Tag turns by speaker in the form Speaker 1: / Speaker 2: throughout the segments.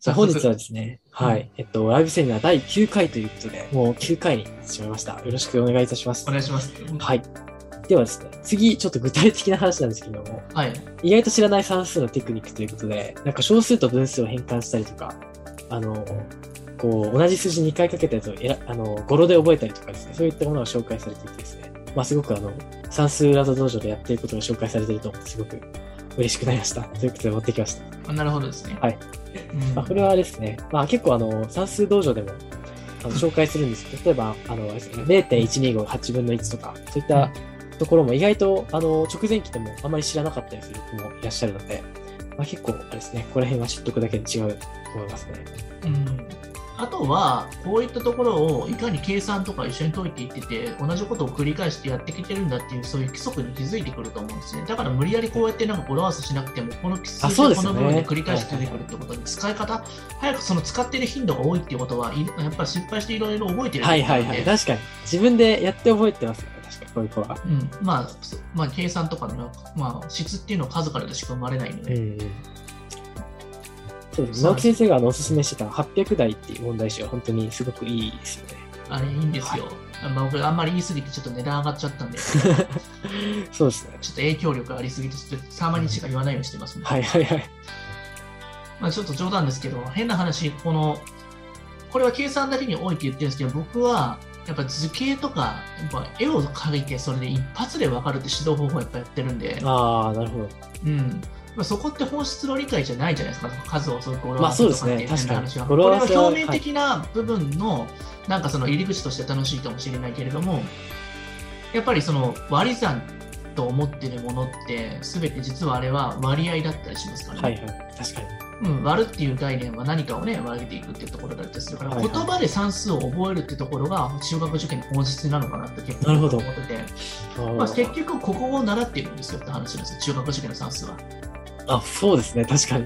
Speaker 1: じゃあ本日はですね、はい、えっと、ライブセミナー第9回ということで、もう9回になってしまいました。よろしくお願いいたします
Speaker 2: お。願いします。
Speaker 1: はい。ではですね、次、ちょっと具体的な話なんですけども、
Speaker 2: はい。
Speaker 1: 意外と知らない算数のテクニックということで、なんか小数と分数を変換したりとか、あの、こう、同じ数字2回かけたやつをえら、あの、語呂で覚えたりとかですね、そういったものを紹介されていてですね、まあ、すごくあの、算数ラド道場でやっていることが紹介されていると思って、すごく嬉しくなりました。ということで持ってきました。
Speaker 2: あなるほどですね。
Speaker 1: はい
Speaker 2: うん。
Speaker 1: まあ、これはですね、まあ、結構あの、算数道場でも、あの紹介するんですけど、例えば、あの、あれですね0.125、8分の1とか、そういったところも意外と、あの、直前期でもあまり知らなかったりする子もいらっしゃるので、まあ、結構、あれですね、ここら辺は知っとくだけで違うと思いますね。
Speaker 2: うん。あとは、こういったところをいかに計算とか一緒に解いていってて、同じことを繰り返してやってきてるんだっていう、そういう規則に気づいてくると思うんですね。だから無理やりこうやってなんか語呂合わせしなくても、この規
Speaker 1: あそう
Speaker 2: 則
Speaker 1: で
Speaker 2: ですこ
Speaker 1: ね
Speaker 2: の部分で繰り返して出てくるってことで、使い方、早くその使ってる頻度が多いっていうことは、いやっぱ失敗していろいろ覚えてるってことな
Speaker 1: は
Speaker 2: ん
Speaker 1: い
Speaker 2: で
Speaker 1: はいはい。確かに。自分でやって覚えてますよね。確かに、こういう子は。
Speaker 2: うんまあ、そまあ計算とかの、まあ、質っていうのは数からでしか生まれないの
Speaker 1: う
Speaker 2: で、
Speaker 1: ん。そうですね。直木先生があのおすすめしてた800台っていう問題集は本当にすごくいいですよね。
Speaker 2: あれいいんですよ、まあ、僕あんまり言い過ぎてちょっと値段上がっちゃっ たんでちょっ
Speaker 1: そうですね。
Speaker 2: と影響力ありすぎてちょっとたまにしか言わないようにしてます、
Speaker 1: はいはいはい。
Speaker 2: まあ、ちょっと冗談ですけど変な話このこれは計算だけに多いって言ってるんですけど僕はやっぱ図形とかやっぱ絵を描いてそれで一発で分かるって指導方法をやっぱやってるんで、
Speaker 1: ああ、なるほど。
Speaker 2: うんまあ、そこって本質の理解じゃないじゃないですか、数をそういう語呂合
Speaker 1: まあ
Speaker 2: わせ
Speaker 1: そう
Speaker 2: と
Speaker 1: で
Speaker 2: か
Speaker 1: す
Speaker 2: って
Speaker 1: ね
Speaker 2: いう変な話
Speaker 1: 確かに
Speaker 2: は。こ
Speaker 1: 語
Speaker 2: れ
Speaker 1: 呂合わ
Speaker 2: は
Speaker 1: せは
Speaker 2: 表面的な部分の、なんかその入り口として楽しいかもしれないけれども、やっぱりその割り算と思ってるものって、すべて実はあれは割合だったりしますからね。
Speaker 1: はいはい。確かに。
Speaker 2: うん、割るっていう概念は何かをね、割れていくっていうところだったりするから、
Speaker 1: はいはい
Speaker 2: 言葉で算数を覚えるってところが、中学受験の本質なのかなって結構
Speaker 1: なるほ
Speaker 2: 思
Speaker 1: ど
Speaker 2: ってて、
Speaker 1: あー
Speaker 2: まあ、結局、ここを習ってるんですよって話なんですよ、中学受験の算数は。
Speaker 1: あ、そうですね、確かに。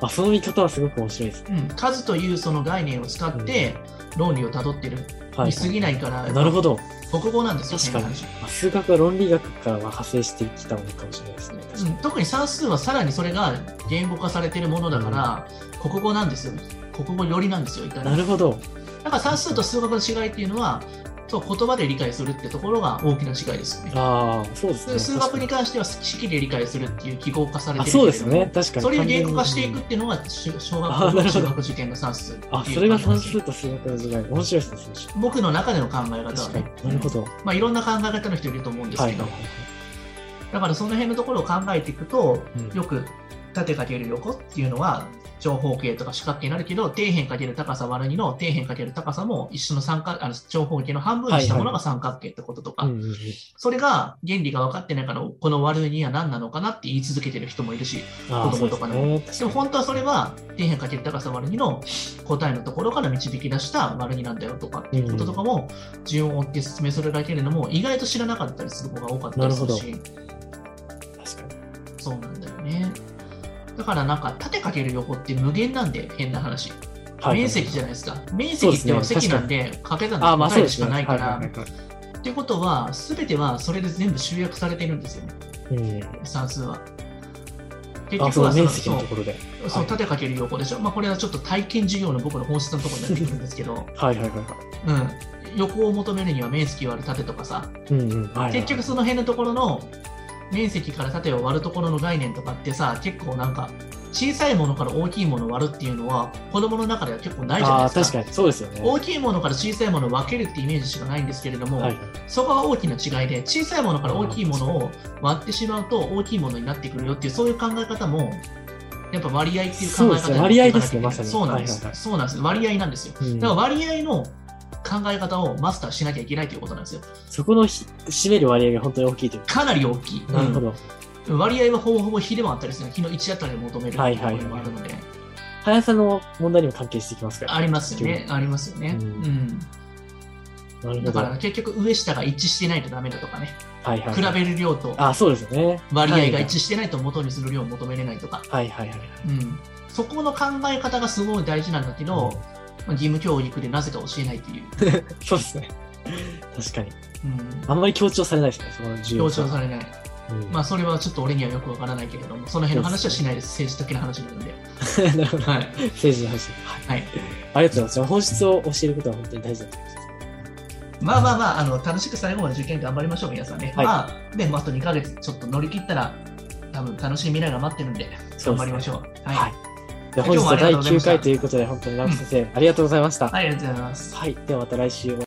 Speaker 1: あ、その見方はすごく面白いですね。
Speaker 2: うん、数というその概念を使って論理をたどってる
Speaker 1: は
Speaker 2: に過ぎないから、
Speaker 1: なるほど。
Speaker 2: 国語なんですよ
Speaker 1: 確かに
Speaker 2: 変な話。
Speaker 1: あ数学は論理学からは派生してきたのかもしれないですね。確か
Speaker 2: うん特に算数はさらにそれが言語化されてるものだから、国語なんですよ国語寄りなんですよいか
Speaker 1: に
Speaker 2: に
Speaker 1: なるほど。
Speaker 2: だから算数と数学の違いっていうのはそう言葉で理解するってところが大きな違いですよね
Speaker 1: ああ、そうですね。
Speaker 2: 数数学に
Speaker 1: 確
Speaker 2: 関しては式で理解するっていう記号化さ
Speaker 1: か
Speaker 2: れ
Speaker 1: に
Speaker 2: て
Speaker 1: あ、
Speaker 2: る
Speaker 1: そうです
Speaker 2: けれど
Speaker 1: ね。
Speaker 2: も
Speaker 1: 確かに。
Speaker 2: それを言語化していくっていうのが小小学
Speaker 1: あな
Speaker 2: 校
Speaker 1: るほど
Speaker 2: 中学受験の算数っていう
Speaker 1: あ、それが算数と数学の違い。面白いですね、それ
Speaker 2: 僕の中での考え方は
Speaker 1: 確か
Speaker 2: ね
Speaker 1: に。なるほど。は
Speaker 2: まあ、いろんな考え方の人いると思うんですけ
Speaker 1: い。
Speaker 2: ど、だからその辺のところを考えていくと、
Speaker 1: うん
Speaker 2: よく縦かける横っていうのは長方形とか四角形になるけど底辺かける高さ割る2の底辺かける高さも一緒の三角あの長方形の半分にしたものが三角形ってこととか、
Speaker 1: うんうんうん
Speaker 2: それが原理が分かってないからこの割る2は何なのかなって言い続けてる人もいるし
Speaker 1: ああ、
Speaker 2: 子
Speaker 1: そう
Speaker 2: 供
Speaker 1: で
Speaker 2: と
Speaker 1: す
Speaker 2: かで
Speaker 1: ね。
Speaker 2: でも
Speaker 1: 確かに
Speaker 2: 本当はそれは底辺かける高さ割る2の答えのところから導き出した割る2なんだよとかっていうこととかも順を追って説明するだけれども意外と知らなかったりする子が多かったりするし。
Speaker 1: 確かに。
Speaker 2: そうなんだよね。だからなんか縦かける横って無限なんで変な話、
Speaker 1: はい
Speaker 2: 面積じゃないですか面積って
Speaker 1: そう
Speaker 2: は
Speaker 1: ですね
Speaker 2: 積なんで掛け算
Speaker 1: ああ、ま
Speaker 2: の
Speaker 1: あそう
Speaker 2: 答え
Speaker 1: で
Speaker 2: し
Speaker 1: す
Speaker 2: か
Speaker 1: ね。
Speaker 2: ないから、
Speaker 1: はいはいはい
Speaker 2: ってことは全てはそれで全部集約されてるんですよね
Speaker 1: うん
Speaker 2: 算数は結
Speaker 1: あ、
Speaker 2: 局
Speaker 1: そ
Speaker 2: は
Speaker 1: の
Speaker 2: その
Speaker 1: 面積
Speaker 2: そ
Speaker 1: の
Speaker 2: う
Speaker 1: ところで。
Speaker 2: そ
Speaker 1: は
Speaker 2: う
Speaker 1: い
Speaker 2: 縦かける横でしょ、まあ、これはちょっと体験授業の僕の本質のところになってくるんですけど、
Speaker 1: はいはいはいは
Speaker 2: うん、横を求めるには面積割る縦とかさ
Speaker 1: い。うんうん。はいはい
Speaker 2: 結局その辺のところの面積から縦を割るところの概念とかってさ結構なんか小さいものから大きいものを割るっていうのは子供の中では結構ないじゃない
Speaker 1: あ
Speaker 2: で
Speaker 1: あ、
Speaker 2: すか
Speaker 1: 確かに。そうですよね。
Speaker 2: 大きいものから小さいものを分けるってイメージしかないんですけれども、
Speaker 1: はいはい
Speaker 2: そこは大きな違いで小さいものから大きいものを割ってしまうと大きいものになってくるよっていうそういう考え方もやっぱ割合っていう考え方になっていかなきゃいけない
Speaker 1: そうですね割合ですねまさに
Speaker 2: そうなんです、
Speaker 1: はいはいはい
Speaker 2: そうなんです割合なんですよ
Speaker 1: うん
Speaker 2: だから割合の考え方をマスターしなきゃいけないということなんですよ
Speaker 1: そこのひ占める割合が本当に大きいというか。
Speaker 2: かなり大きい、
Speaker 1: なるほど。
Speaker 2: 割合はほぼほぼ比でもあったりするので、日の1あたりを求める
Speaker 1: は
Speaker 2: っ
Speaker 1: い
Speaker 2: ていうと
Speaker 1: はい
Speaker 2: ころもあるので、
Speaker 1: 速さの問題にも関係してきますから。
Speaker 2: ありますよね、ありますよね。
Speaker 1: う
Speaker 2: うんん。
Speaker 1: なるほど。
Speaker 2: だから
Speaker 1: は
Speaker 2: 結局、上下が一致してないとダメだとかね、
Speaker 1: いはい。
Speaker 2: 比べる量と
Speaker 1: あ、そうですよね。
Speaker 2: 割合が
Speaker 1: はい
Speaker 2: 一致してないと元にする量を求めれないとか、
Speaker 1: はいはいはい。
Speaker 2: うん。そこの考え方がすごい大事なんだけど、まあ義務教育でなぜか教えないという、
Speaker 1: そうですね。確かに。
Speaker 2: うん、
Speaker 1: あんまり強調されないですね、その重
Speaker 2: 強
Speaker 1: 要さ
Speaker 2: 調されない。
Speaker 1: うん
Speaker 2: まあ、それはちょっと俺にはよくわからないけれども、その辺の話はしないです。政治的な話になるんで。
Speaker 1: なるほど。
Speaker 2: はい。
Speaker 1: 政治の話。はい。
Speaker 2: はい。
Speaker 1: ありがとうございます。本質を教えることは本当に大事だと思います。
Speaker 2: まあまあまあ、あの、楽しく最後まで受験頑張りましょう、皆さんね。
Speaker 1: はい
Speaker 2: まあ、で、まああと2ヶ月ちょっと乗り切ったら、多分楽しい未来が待ってるんで、
Speaker 1: そうですね
Speaker 2: 頑張りましょう。はい。
Speaker 1: は
Speaker 2: はいい。
Speaker 1: では本日は第9回ということで、本当に直木先生、ありがとうございました。
Speaker 2: ありがとうございます。
Speaker 1: はい。ではまた来週お